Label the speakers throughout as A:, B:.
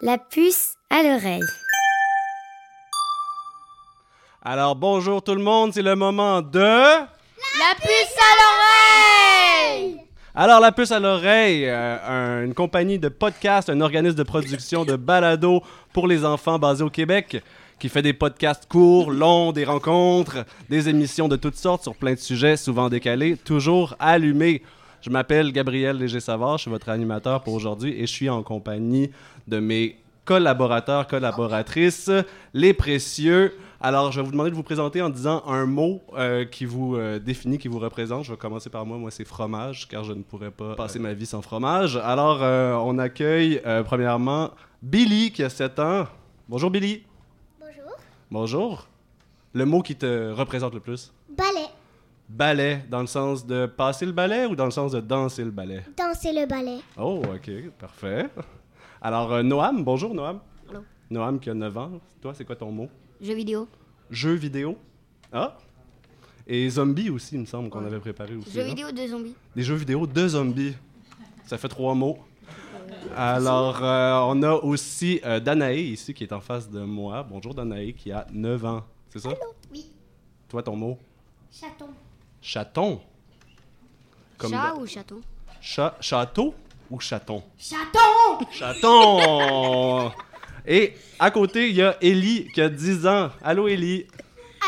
A: La puce à l'oreille.
B: Alors bonjour tout le monde, c'est le moment de...
C: La puce à l'oreille
B: Alors, La Puce à l'oreille, euh, un- une compagnie de podcast, un organisme de production de balado pour les enfants basé au Québec, qui fait des podcasts courts, longs, des rencontres, des émissions de toutes sortes sur plein de sujets, souvent décalés, toujours allumés. Je m'appelle Gabriel Léger-Savard, je suis votre animateur pour aujourd'hui et je suis en compagnie de mes collaborateurs, collaboratrices, les précieux. Alors, je vais vous demander de vous présenter en disant un mot euh, qui vous euh, définit, qui vous représente. Je vais commencer par moi. Moi, c'est fromage, car je ne pourrais pas passer ma vie sans fromage. Alors, euh, on accueille euh, premièrement Billy, qui a 7 ans. Bonjour, Billy.
D: Bonjour.
B: Bonjour. Le mot qui te représente le plus
D: Ballet.
B: Ballet, dans le sens de passer le ballet ou dans le sens de danser le ballet
D: Danser le ballet.
B: Oh, ok, parfait. Alors, euh, Noam, bonjour Noam. Noam qui a 9 ans. Toi, c'est quoi ton mot
C: Jeux vidéo.
B: Jeux vidéo. Ah Et zombies aussi, il me semble, qu'on avait préparé aussi.
C: Jeux
B: là.
C: vidéo de zombies.
B: Des jeux vidéo de zombies. Ça fait trois mots. Alors, euh, on a aussi euh, Danae ici qui est en face de moi. Bonjour Danae qui a 9 ans, c'est ça?
D: Oui.
B: Toi, ton mot?
D: Chaton.
B: Chaton. Comme
C: Chat
B: dans-
C: ou château
B: Cha- château ou chaton?
D: Chaton
B: Chaton! Et à côté, il y a Ellie qui a 10 ans. Allô Ellie?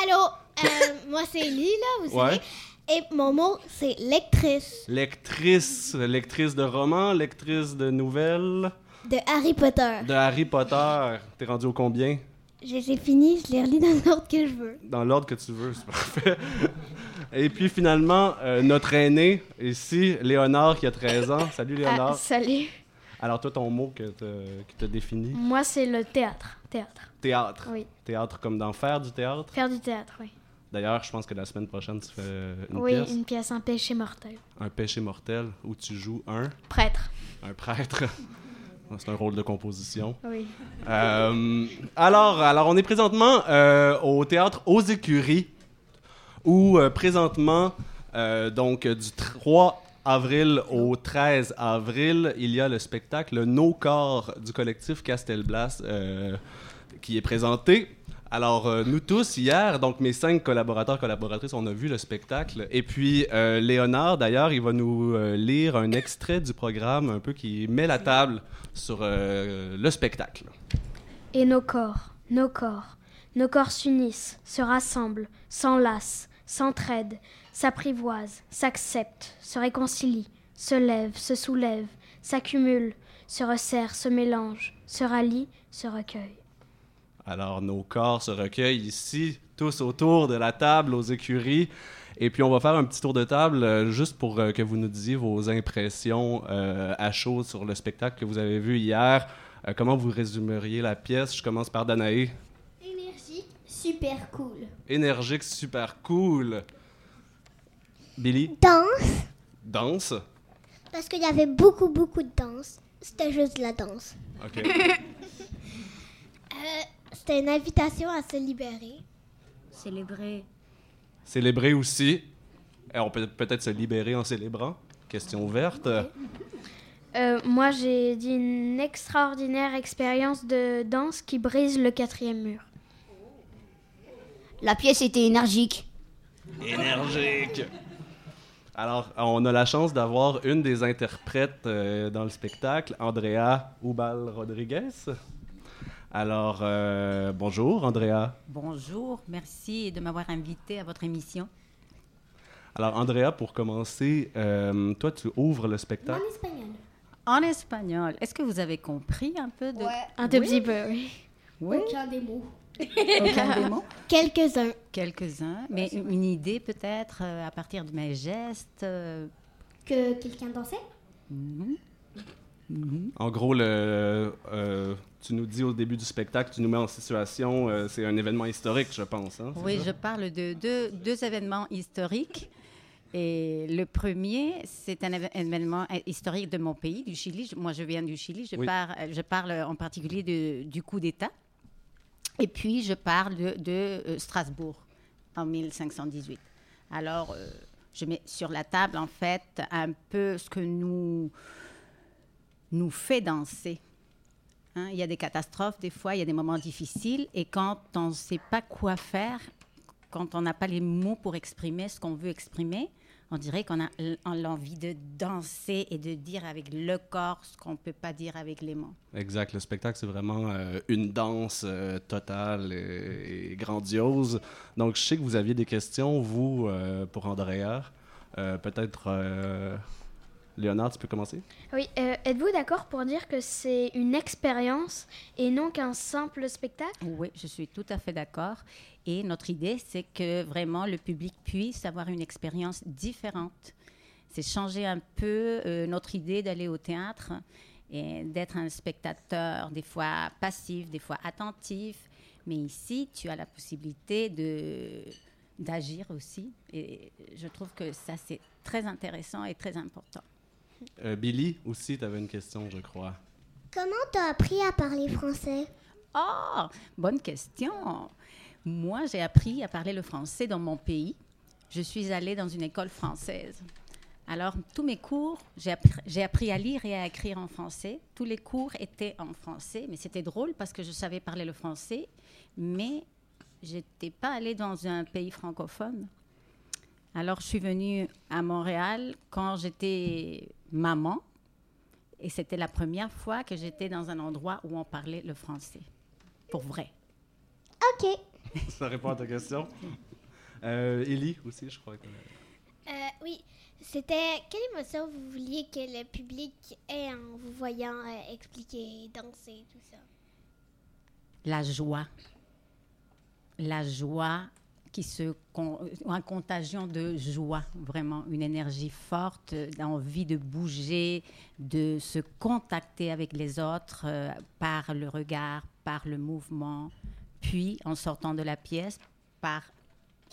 D: Allô, euh, moi c'est Ellie, là, vous
B: Ouais.
D: savez. Et mon mot, c'est lectrice
B: Lectrice, lectrice de romans, lectrice de nouvelles,
D: de Harry Potter.
B: de Harry Potter. T'es rendu au combien?
D: Je les ai finis, je les relis dans l'ordre que je veux.
B: Dans l'ordre que tu veux, c'est parfait. Et puis finalement, euh, notre aîné, ici, Léonard, qui a 13 ans. Salut
D: Ah,
B: Léonard.
E: Ah, salut.
B: Alors toi, ton mot que te- qui te définit?
E: Moi, c'est le théâtre. Théâtre.
B: Théâtre.
E: Oui.
B: Théâtre comme d'en faire du théâtre.
E: Faire du théâtre, oui.
B: D'ailleurs, je pense que la semaine prochaine, tu fais une
E: oui,
B: pièce.
E: une pièce, un péché mortel.
B: Un péché mortel où tu joues un,
E: Prêtre.
B: un prêtre. c'est un rôle de composition.
E: Oui.
B: Euh, alors, alors, on est présentement euh, au théâtre Aux Écuries, où euh, présentement, euh, donc euh, du 3 avril au 13 avril, il y a le spectacle No Corps du collectif Castelblas euh, qui est présenté. Alors, euh, nous tous, hier, donc mes cinq collaborateurs, collaboratrices, on a vu le spectacle. Et puis, euh, Léonard, d'ailleurs, il va nous euh, lire un extrait du programme, un peu qui met la table sur euh, le spectacle.
E: Et nos corps, nos corps, nos corps s'unissent, se rassemblent, s'enlacent, s'entraident, s'apprivoisent, s'acceptent, se réconcilient, se lèvent, se soulèvent, s'accumulent, se resserrent, se mélangent, se rallient, se recueillent.
B: Alors, nos corps se recueillent ici, tous autour de la table, aux écuries. Et puis, on va faire un petit tour de table euh, juste pour euh, que vous nous disiez vos impressions euh, à chaud sur le spectacle que vous avez vu hier. Euh, comment vous résumeriez la pièce? Je commence par Danae.
D: Énergique, super cool.
B: Énergique, super cool. Billy,
D: Danse,
B: danse.
D: parce qu'il y avait beaucoup, beaucoup de danse. C'était juste de la danse.
B: OK.
D: Euh, C'était une invitation à se libérer.
C: Célébrer.
B: Célébrer aussi. Et on peut peut-être se libérer en célébrant. Question ouverte.
E: Euh, moi, j'ai dit une extraordinaire expérience de danse qui brise le quatrième mur.
C: La pièce était énergique.
B: Énergique. Alors, on a la chance d'avoir une des interprètes euh, dans le spectacle, Andrea Ubal Rodriguez. Alors, euh, bonjour, Andrea.
F: Bonjour, merci de m'avoir invité à votre émission.
B: Alors, Andrea, pour commencer, euh, toi, tu ouvres le spectacle.
D: espagnol.
F: En espagnol, est-ce que vous avez compris un peu de
E: Un tout petit peu, oui.
F: Oui,
D: Aucun des mots.
F: aucun des mots
D: Quelques-uns.
F: Quelques-uns, mais une une idée peut-être euh, à partir de mes gestes. euh,
D: Que quelqu'un dansait
B: En gros, le, euh, tu nous dis au début du spectacle, tu nous mets en situation. euh, c'est un événement historique, je pense. hein, c'est
F: Oui,
B: ça?
F: je parle de deux, deux événements historiques. Et le premier, c'est un éve- événement euh, historique de mon pays, du Chili. Je- Moi, je viens du Chili. Je,
B: Oui.
F: pars- euh, je parle en particulier de- du coup d'État. Et puis, je parle de, de, euh, Strasbourg en 1518. Alors, euh, je mets sur la table, en fait, un peu ce que nous, nous fait danser Hein, il y a des catastrophes, des fois, il y a des moments difficiles. Et quand on ne sait pas quoi faire, quand on n'a pas les mots pour exprimer ce qu'on veut exprimer, on dirait qu'on a l- on a l'envie de danser et de dire avec le corps ce qu'on ne peut pas dire avec les mots.
B: Exact, le spectacle, c'est vraiment euh, une danse euh, totale et, et grandiose. Donc, je sais que vous aviez des questions, vous, euh, pour Andrea. Euh, Peut-être, euh, Léonard, tu peux commencer?
E: Oui, euh, êtes-vous d'accord pour dire que c'est une expérience et non qu'un simple spectacle
F: Oui, je suis tout à fait d'accord. Et notre idée, c'est que vraiment le public puisse avoir une expérience différente. C'est changer un peu euh, notre idée d'aller au théâtre et d'être un spectateur, des fois passif, des fois attentif. Mais ici, tu as la possibilité de d'agir aussi. Et je trouve que ça, c'est très intéressant et très important.
B: Euh, Billy, aussi, tu avais une question, je crois.
D: Comment t'as appris à parler français
F: Oh, bonne question. Moi, j'ai appris à parler le français dans mon pays. Je suis allée dans une école française. Alors, tous mes cours, j'ai appr- j'ai appris à lire et à écrire en français. Tous les cours étaient en français, mais c'était drôle parce que je savais parler le français, mais j'étais pas allée dans un pays francophone. Alors, je suis venue à Montréal quand j'étais maman, et c'était la première fois que j'étais dans un endroit où on parlait le français. Pour vrai.
D: Ok.
B: Ça répond à ta question? Euh, Ellie, aussi, je crois. que-
D: Euh, oui, c'était quelle émotion vous vouliez que le public ait en vous voyant euh, expliquer, danser, tout ça
F: La joie. La joie qui se. con- un contagion de joie, vraiment. Une énergie forte, euh, d'envie de bouger, de se contacter avec les autres euh, par le regard, par le mouvement, puis en sortant de la pièce, par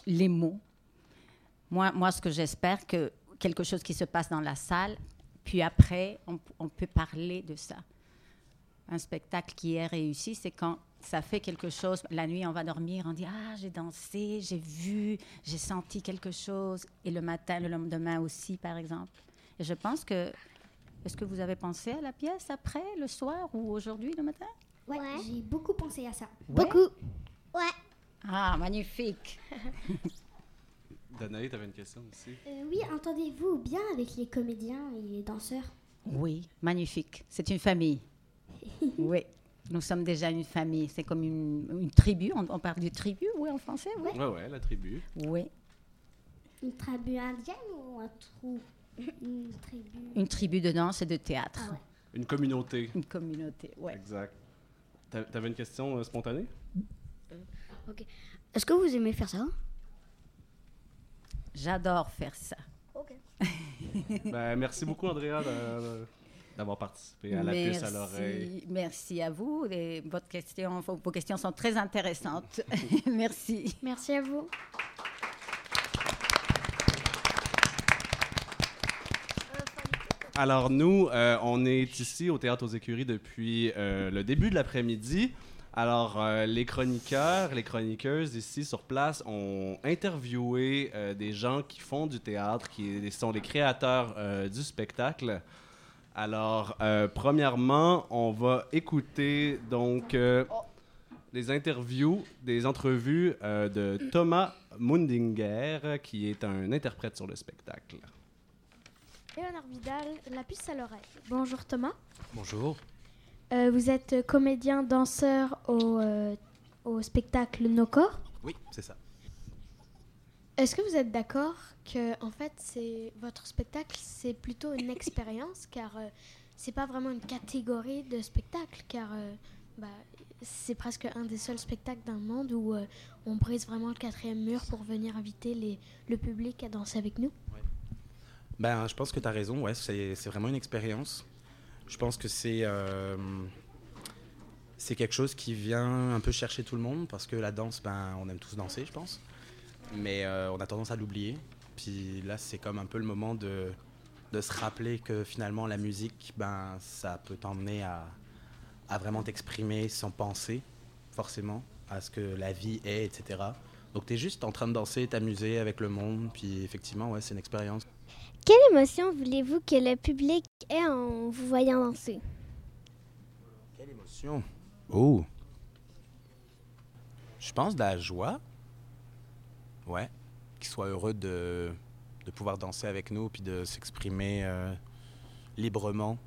F: les mots. Moi, moi ce que j'espère, que quelque chose qui se passe dans la salle, puis après, on- on peut parler de ça un spectacle qui est réussi, c'est quand ça fait quelque chose. La nuit, on va dormir, on dit Ah, j'ai dansé, j'ai vu, j'ai senti quelque chose. Et le matin, le lendemain aussi, par exemple. Et je pense que. Est-ce que vous avez pensé à la pièce après, le soir ou aujourd'hui, le matin
D: Ouais.
C: J'ai beaucoup pensé à ça.
F: Beaucoup.
D: Ouais.
F: Ah, magnifique
B: Danae, tu avais une question aussi.
C: Euh, oui, entendez-vous bien avec les comédiens et les danseurs
F: Oui, magnifique. C'est une famille. oui. Nous sommes déjà une famille. C'est comme une, une tribu. On, on parle de tribu, oui, en français, oui.
B: Ouais, ouais, la tribu.
F: Oui.
C: Une tribu indienne ou un trou Une tribu.
F: Une tribu de danse et de théâtre.
B: Une communauté.
F: Une communauté, oui.
B: Exact. T'a- T'avais une question euh, spontanée?
A: Est-ce que vous aimez faire ça
F: J'adore faire ça.
B: Ben, merci beaucoup, Andrea, d'a- d'avoir participé à la puce à l'oreille.
F: merci à vous. Et votre question, vos vos questions sont très intéressantes. merci.
E: Merci à vous.
B: Alors nous, euh, on est ici au Théâtre aux Écuries depuis euh, le début de l'après-midi. Alors euh, les chroniqueurs, les chroniqueuses ici sur place ont interviewé euh, des gens qui font du théâtre, qui sont les créateurs euh, du spectacle. Alors euh, premièrement, on va écouter donc euh, les interviews, des entrevues euh, de Thomas Mundinger, qui est un interprète sur le spectacle.
E: Léonard Vidal, la puce à l'oreille. Bonjour Thomas.
G: Bonjour.
E: Euh, vous êtes comédien, danseur au, euh, au spectacle Nos Corps.
G: Oui, c'est ça.
E: Est-ce que vous êtes d'accord que en fait c'est votre spectacle c'est plutôt une expérience car euh, c'est pas vraiment une catégorie de spectacle car euh, bah, c'est presque un des seuls spectacles dans le monde où euh, on brise vraiment le quatrième mur pour venir inviter les, le public à danser avec nous.
G: Ben, je pense que tu as raison, ouais, c'est c'est vraiment une expérience. Je pense que c'est euh, c'est quelque chose qui vient un peu chercher tout le monde parce que la danse, ben, on aime tous danser, je pense. Mais euh, on a tendance à l'oublier. Puis là, c'est comme un peu le moment de, de se rappeler que finalement, la musique, ben, ça peut t'emmener à, à vraiment t'exprimer sans penser, forcément, à ce que la vie est, etc. Donc, tu es juste en train de danser, t'amuser avec le monde. Puis effectivement, ouais, c'est une expérience.
D: Quelle émotion voulez-vous que le public ait en vous voyant danser
G: Quelle émotion Attention. Oh. Je pense de la joie. Ouais. Qu'ils soient heureux de, de pouvoir danser avec nous puis de s'exprimer euh, librement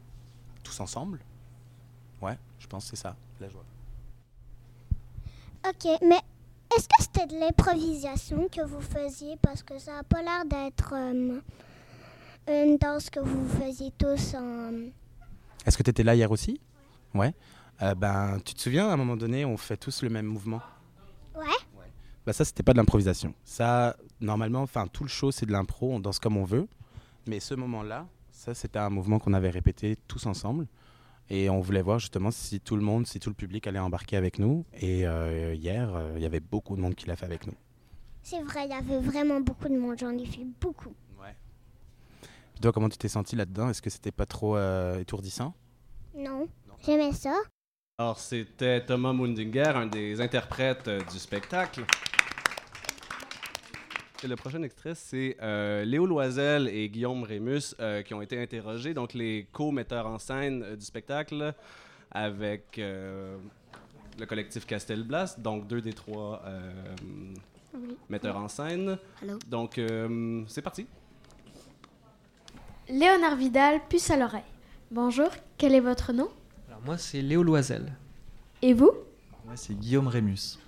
G: tous ensemble. Ouais, je pense que c'est ça, la joie.
C: Ok, mais est-ce que c'était de l'improvisation que vous faisiez Parce que ça n'a pas l'air d'être euh, une danse que vous faisiez tous en.
G: Est-ce que tu étais là hier aussi Ouais. Euh, ben, tu te souviens, à un moment donné, on fait tous le même mouvement
C: Ouais.
G: Bah ça, c'était pas de l'improvisation. Ça, normalement, enfin, tout le show, c'est de l'impro, on danse comme on veut. Mais ce moment-là, ça, c'était un mouvement qu'on avait répété tous ensemble. Et on voulait voir justement si tout le monde, si tout le public allait embarquer avec nous. Et euh, hier, euh, il y avait beaucoup de monde qui l'a fait avec nous.
C: C'est vrai, il y avait vraiment beaucoup de monde, j'en ai fait beaucoup.
G: Puis toi, comment tu t'es senti là-dedans Est-ce que c'était pas trop euh, étourdissant
C: Non, j'aimais ça.
B: Alors, c'était Thomas Mundinger, un des interprètes euh, du spectacle. Et le prochain extrait, c'est euh, Léo Loisel et Guillaume Rémus euh, qui ont été interrogés, donc les co-metteurs en scène euh, du spectacle avec euh, le collectif Castelblas, donc deux des trois euh, metteurs en scène.
A: Allô?
B: Donc, euh, c'est parti.
E: Léonard Vidal, puce à l'oreille. Bonjour, quel est votre nom
H: Alors moi, c'est Léo Loisel.
E: Et vous
H: Moi, c'est Guillaume Rémus.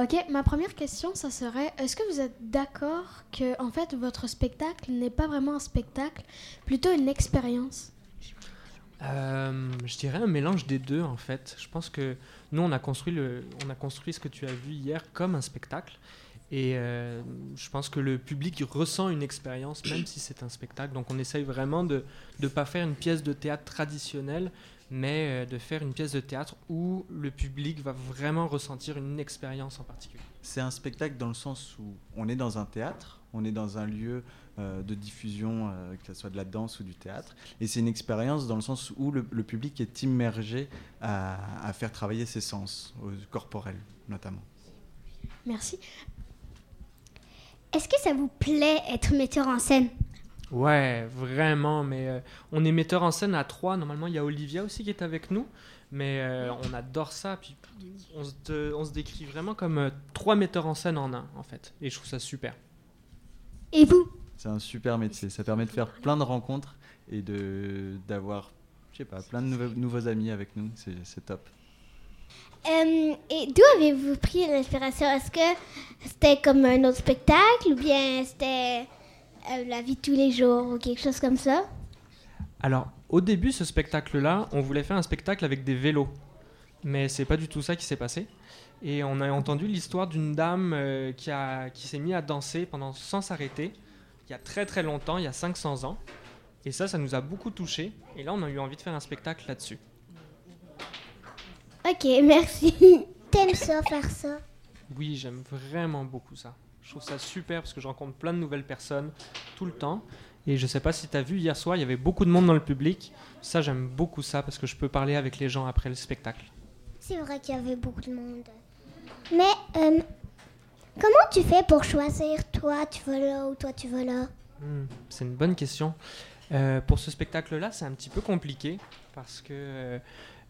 E: Ok, ma première question, ça serait, est-ce que vous êtes d'accord que, en fait, votre spectacle n'est pas vraiment un spectacle, plutôt une expérience
H: Euh, je dirais un mélange des deux, en fait. Je pense que nous, on a construit, le, on a construit ce que tu as vu hier comme un spectacle. Et euh, je pense que le public ressent une expérience, même si c'est un spectacle. Donc on essaye vraiment de ne pas faire une pièce de théâtre traditionnelle, mais euh, de faire une pièce de théâtre où le public va vraiment ressentir une expérience en particulier.
I: C'est un spectacle dans le sens où on est dans un théâtre, on est dans un lieu euh, de diffusion, euh, que ce soit de la danse ou du théâtre, et c'est une expérience dans le sens où le, le public est immergé à, à faire travailler ses sens, aux corporels notamment.
E: Merci.
A: Est-ce que ça vous plaît être metteur en scène
H: Ouais, vraiment, mais euh, on est metteur en scène à trois. Normalement, il y a Olivia aussi qui est avec nous, mais euh, on adore ça. Puis on se, de- on se décrit vraiment comme euh, trois metteurs en scène en un, en fait. Et je trouve ça super.
A: Et vous
I: C'est un super métier, ça permet de faire plein de rencontres et de d'avoir, je sais pas, plein de nouveaux- nouveaux amis avec nous, c'est c'est top.
D: Euh, et d'où avez-vous pris l'inspiration Est-ce que c'était comme un autre spectacle ou bien c'était euh, la vie de tous les jours ou quelque chose comme ça
H: Alors, au début, ce spectacle-là, on voulait faire un spectacle avec des vélos. Mais c'est pas du tout ça qui s'est passé. Et on a entendu l'histoire d'une dame euh, qui, a, qui s'est mise à danser pendant sans s'arrêter, il y a très très longtemps, il y a 500 ans. Et ça, ça nous a beaucoup touchés. Et là, on a eu envie de faire un spectacle là-dessus.
D: Ok, merci.
C: T'aimes ça, faire ça
H: Oui, j'aime vraiment beaucoup ça. Je trouve ça super parce que je rencontre plein de nouvelles personnes tout le temps. Et je sais pas si tu as vu hier soir, il y avait beaucoup de monde dans le public. Ça, j'aime beaucoup ça parce que je peux parler avec les gens après le spectacle.
C: C'est vrai qu'il y avait beaucoup de monde. Mais euh, comment tu fais pour choisir toi tu vas là ou toi tu vas là
H: Hmm, c'est une bonne question. Euh, pour ce spectacle-là, c'est un petit peu compliqué parce que, euh,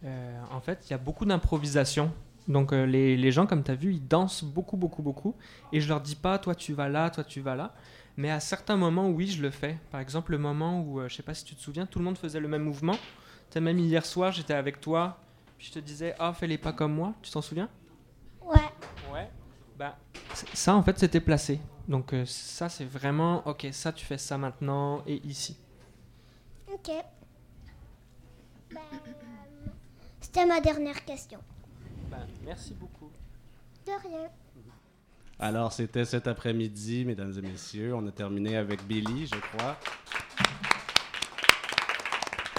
H: euh, en fait, il y a beaucoup d'improvisation. Donc, euh, les, les gens, comme tu as vu, ils dansent beaucoup, beaucoup, beaucoup. Et je leur dis pas, toi tu vas là, toi tu vas là. Mais à certains moments, oui, je le fais. Par exemple, le moment où, euh, je sais pas si tu te souviens, tout le monde faisait le même mouvement. Tu même hier soir, j'étais avec toi. puis je te disais, ah, fais les pas comme moi. Tu t'en souviens
C: Ouais.
H: Ouais. Bah, c- ça, en fait, c'était placé. Donc, euh, ça, c'est vraiment, ok, ça, tu fais ça maintenant et ici.
C: Ok. Ben, euh, C'était ma dernière question.
H: Bah, merci beaucoup.
C: De rien.
B: Alors, c'était cet après-midi, mesdames et messieurs. On a terminé avec Billy, je crois.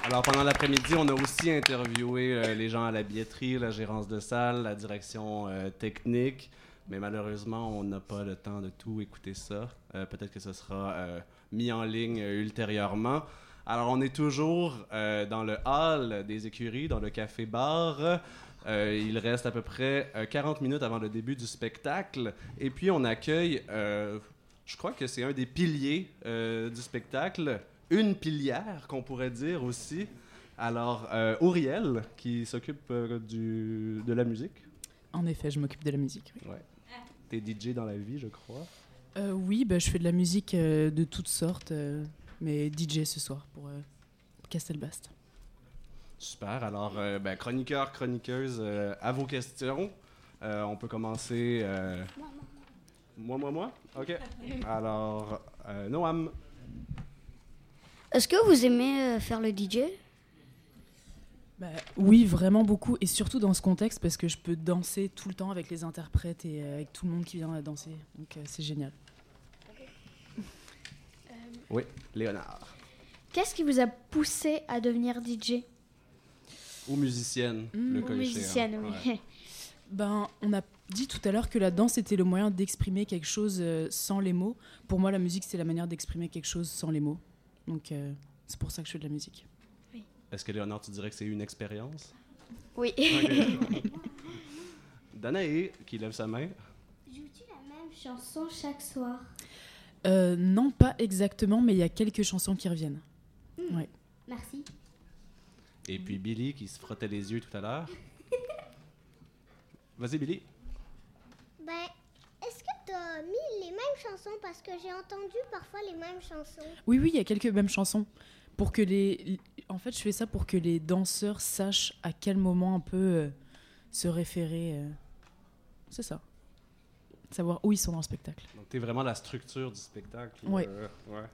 B: Alors, pendant l'après-midi, on a aussi interviewé euh, les gens à la billetterie, la gérance de salle, la direction euh, technique. Mais malheureusement, on n'a pas le temps de tout écouter ça. Euh, Peut-être que ce sera euh, mis en ligne euh, ultérieurement. Alors, on est toujours euh, dans le hall des écuries, dans le café-bar. Euh, il reste à peu près euh, 40 minutes avant le début du spectacle. Et puis, on accueille, euh, je crois que c'est un des piliers euh, du spectacle, une pilière, qu'on pourrait dire aussi, Alors, euh, Auriel, qui s'occupe euh, du- de la musique.
J: En effet, je m'occupe de la musique. oui.
B: T'es DJ dans la vie, je crois.
J: Euh, oui, bah, je fais de la musique euh, de toutes sortes, euh, mais DJ ce soir pour euh, Castelbast.
B: Super. Alors, euh, ben, chroniqueur, chroniqueuse, euh, à vos questions. Euh, on peut commencer. euh, Moi, moi, moi. Ok. Alors, euh, Noam.
A: Est-ce que vous aimez euh, faire le DJ
J: Bah, oui, vraiment beaucoup, et surtout dans ce contexte parce que je peux danser tout le temps avec les interprètes et euh, avec tout le monde qui vient danser, donc euh, c'est génial.
B: Oui, Léonard.
E: Qu'est-ce qui vous a poussé à devenir DJ
B: Ou musicienne, le
E: Mm, ou
B: cas échéant.
E: musicienne, oui.
B: Ouais.
J: Ben, on a dit tout à l'heure que la danse était le moyen d'exprimer quelque chose euh, sans les mots. Pour moi, la musique, c'est la manière d'exprimer quelque chose sans les mots. Donc, euh, c'est pour ça que je fais de la musique.
B: Est-ce que Léonard, tu dirais que c'est une expérience
A: Oui.
B: Ok. Danae, qui lève sa main.
D: Joues-tu la même chanson chaque soir
J: Euh, non, pas exactement, mais il y a quelques chansons qui reviennent. Ouais.
D: Merci.
B: Et puis Billy, qui se frottait les yeux tout à l'heure. Vas-y, Billy.
C: Ben, est-ce que t'as mis les mêmes chansons parce que j'ai entendu parfois les mêmes chansons
J: Oui, oui, il y a quelques mêmes chansons. Pour que les... En fait, je fais ça pour que les danseurs sachent à quel moment un peu euh, se référer. euh. C'est ça. Savoir où ils sont dans le spectacle.
B: Donc, t'es vraiment la structure du spectacle.
J: Oui.
B: euh, ouais.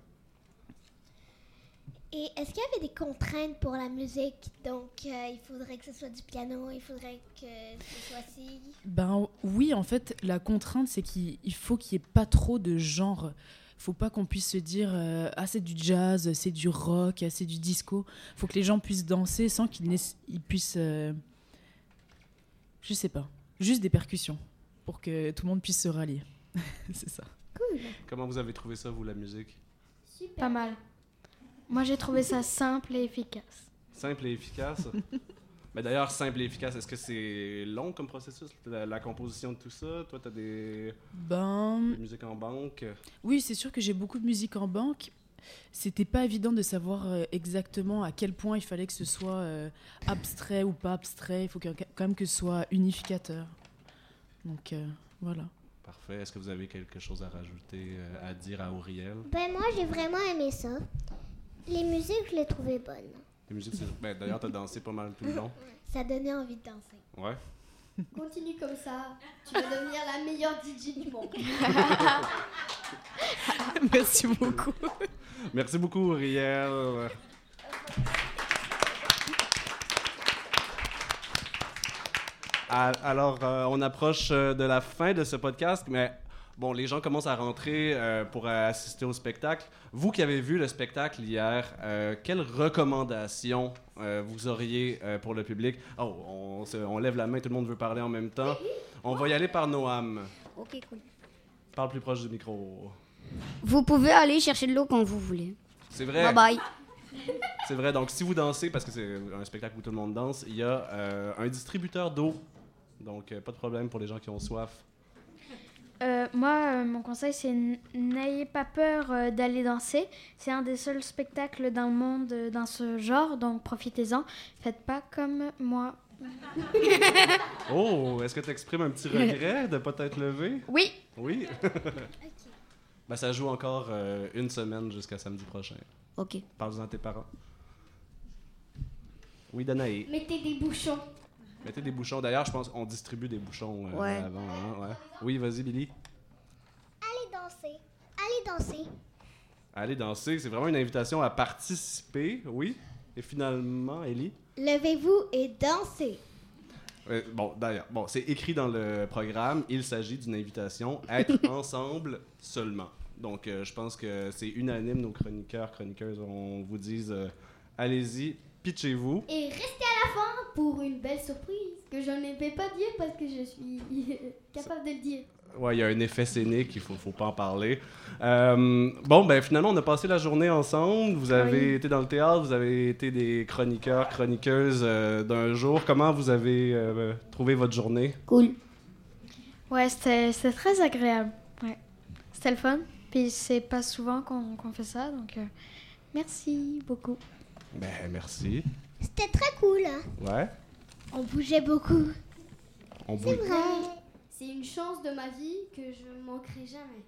D: Et est-ce qu'il y avait des contraintes pour la musique Donc, euh, il faudrait que ce soit du piano, il faudrait que ce soit ci.
J: Ben oui, en fait, la contrainte, c'est qu'il il faut qu'il n'y ait pas trop de genre. Faut pas qu'on puisse se dire euh, ah c'est du jazz, c'est du rock, c'est du disco. Faut que les gens puissent danser sans qu'ils n'aient- ils puissent, euh, je sais pas, juste des percussions pour que tout le monde puisse se rallier. c'est ça.
B: Comment vous avez trouvé ça, vous, la musique
E: Pas mal. Moi, j'ai trouvé ça simple et efficace.
B: Simple et efficace. Mais d'ailleurs, simple et efficace, est-ce que c'est long comme processus, la, la composition de tout ça Toi, t'as des,
J: Ben
B: des musiques en banque.
J: Oui, c'est sûr que j'ai beaucoup de musique en banque. C'était pas évident de savoir euh, exactement à quel point il fallait que ce soit euh, abstrait ou pas abstrait. Il faut que- quand même que ce soit unificateur. Donc euh, voilà.
B: Parfait. Est-ce que vous avez quelque chose à rajouter, euh, à dire à Auriel
C: Ben, moi, j'ai vraiment aimé ça. Les musiques, je les trouvais bonnes.
B: Les musiques, c'est- ben, D'ailleurs, t'as dansé pas mal tout le long.
D: Ça donnait envie de danser.
B: Ouais.
D: Continue comme ça, tu vas devenir la meilleure DJ du monde.
J: Merci beaucoup.
B: Merci beaucoup, Auriel. Ah, Alors, euh, on approche euh, de la fin de ce podcast, mais bon, les gens commencent à rentrer euh, pour euh, assister au spectacle. Vous qui avez vu le spectacle hier, euh, quelles recommandations euh, vous auriez euh, pour le public? Oh, on, se- on lève la main, tout le monde veut parler en même temps. On va y aller par Noam.
A: Ok, cool.
B: Parle plus proche du micro.
A: Vous pouvez aller chercher de l'eau quand vous voulez.
B: C'est vrai.
A: Bye bye.
B: C'est vrai, donc si vous dansez, parce que c'est un spectacle où tout le monde danse, il y a euh, un distributeur d'eau. Donc, euh, pas de problème pour les gens qui ont soif.
E: Euh, moi, euh, mon conseil, c'est n- n'ayez pas peur euh, d'aller danser. C'est un des seuls spectacles dans le monde euh, dans ce genre, donc profitez-en. Faites pas comme moi.
B: Oh, est-ce que tu exprimes un petit regret de pas t'être levé?
E: Oui,
B: Oui. ben, ça joue encore euh, une semaine jusqu'à samedi prochain.
A: Ok.
B: Parle-en à tes parents. Oui, Danae.
D: Mettez des bouchons.
B: Mettez des bouchons. D'ailleurs, je pense qu'on distribue des bouchons euh,
A: Ouais.
B: avant. hein, ouais. Oui, vas-y, Billy.
C: Allez danser. Allez danser.
B: Allez danser. C'est vraiment une invitation à participer. Oui. Et finalement, Ellie?
D: Levez-vous et dansez.
B: Euh, bon, d'ailleurs, bon, c'est écrit dans le programme, il s'agit d'une invitation, être ensemble seulement. Donc, euh, je pense que c'est unanime, nos chroniqueurs, chroniqueuses, on vous dise, euh, allez-y, pitchez-vous.
D: Et restez à la fin pour une belle surprise que je ne vais pas dire parce que je suis capable de le dire.
B: Ouais, il y a un effet scénique, il faut, faut pas en parler. Euh, bon, ben finalement, on a passé la journée ensemble. Vous avez été dans le théâtre, vous avez été des chroniqueurs, chroniqueuses euh, d'un jour. Comment vous avez euh, trouvé votre journée?
A: Cool.
E: ouais, c'était c'était très agréable. Ouais. C'était le fun. Puis c'est pas souvent qu'on qu'on fait ça, donc euh, merci beaucoup.
B: Ben, merci.
C: C'était très cool. hein.
B: Ouais.
D: On bougeait beaucoup.
B: On bouge.
K: C'est une chance de ma vie que je manquerai jamais.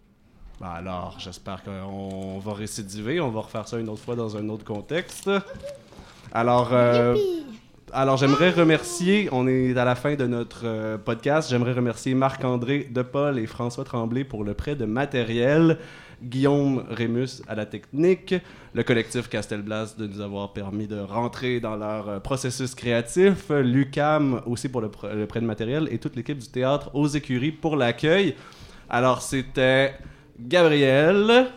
B: Bah alors, j'espère qu'on va récidiver, on va refaire ça une autre fois dans un autre contexte. Alors, euh, alors j'aimerais remercier, on est à la fin de notre euh, podcast, j'aimerais remercier Marc-André Depol et François Tremblay pour le prêt de matériel, Guillaume Rémus à la technique, le collectif Castelblas de nous avoir permis de rentrer dans leur euh, processus créatif, Lucam aussi pour le, pr- le prêt de matériel et toute l'équipe du théâtre aux écuries pour l'accueil. Alors c'était Gabriel.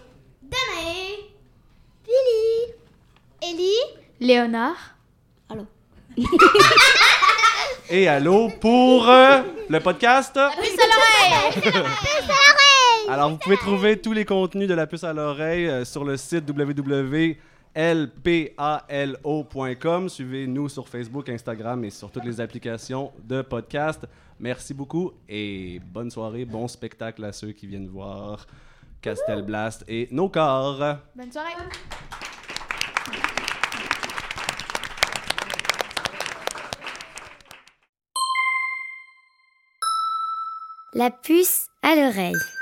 D: Ellie
E: Léonard,
B: et allô pour euh, le podcast. Alors, vous pouvez trouver tous les contenus de la puce à l'oreille euh, sur le site www.lpalo.com. Suivez-nous sur Facebook, Instagram et sur toutes les applications de podcast. Merci beaucoup et bonne soirée, bon spectacle à ceux qui viennent voir Castelblast et Nos Corps.
K: Bonne soirée.
L: La puce à l'oreille.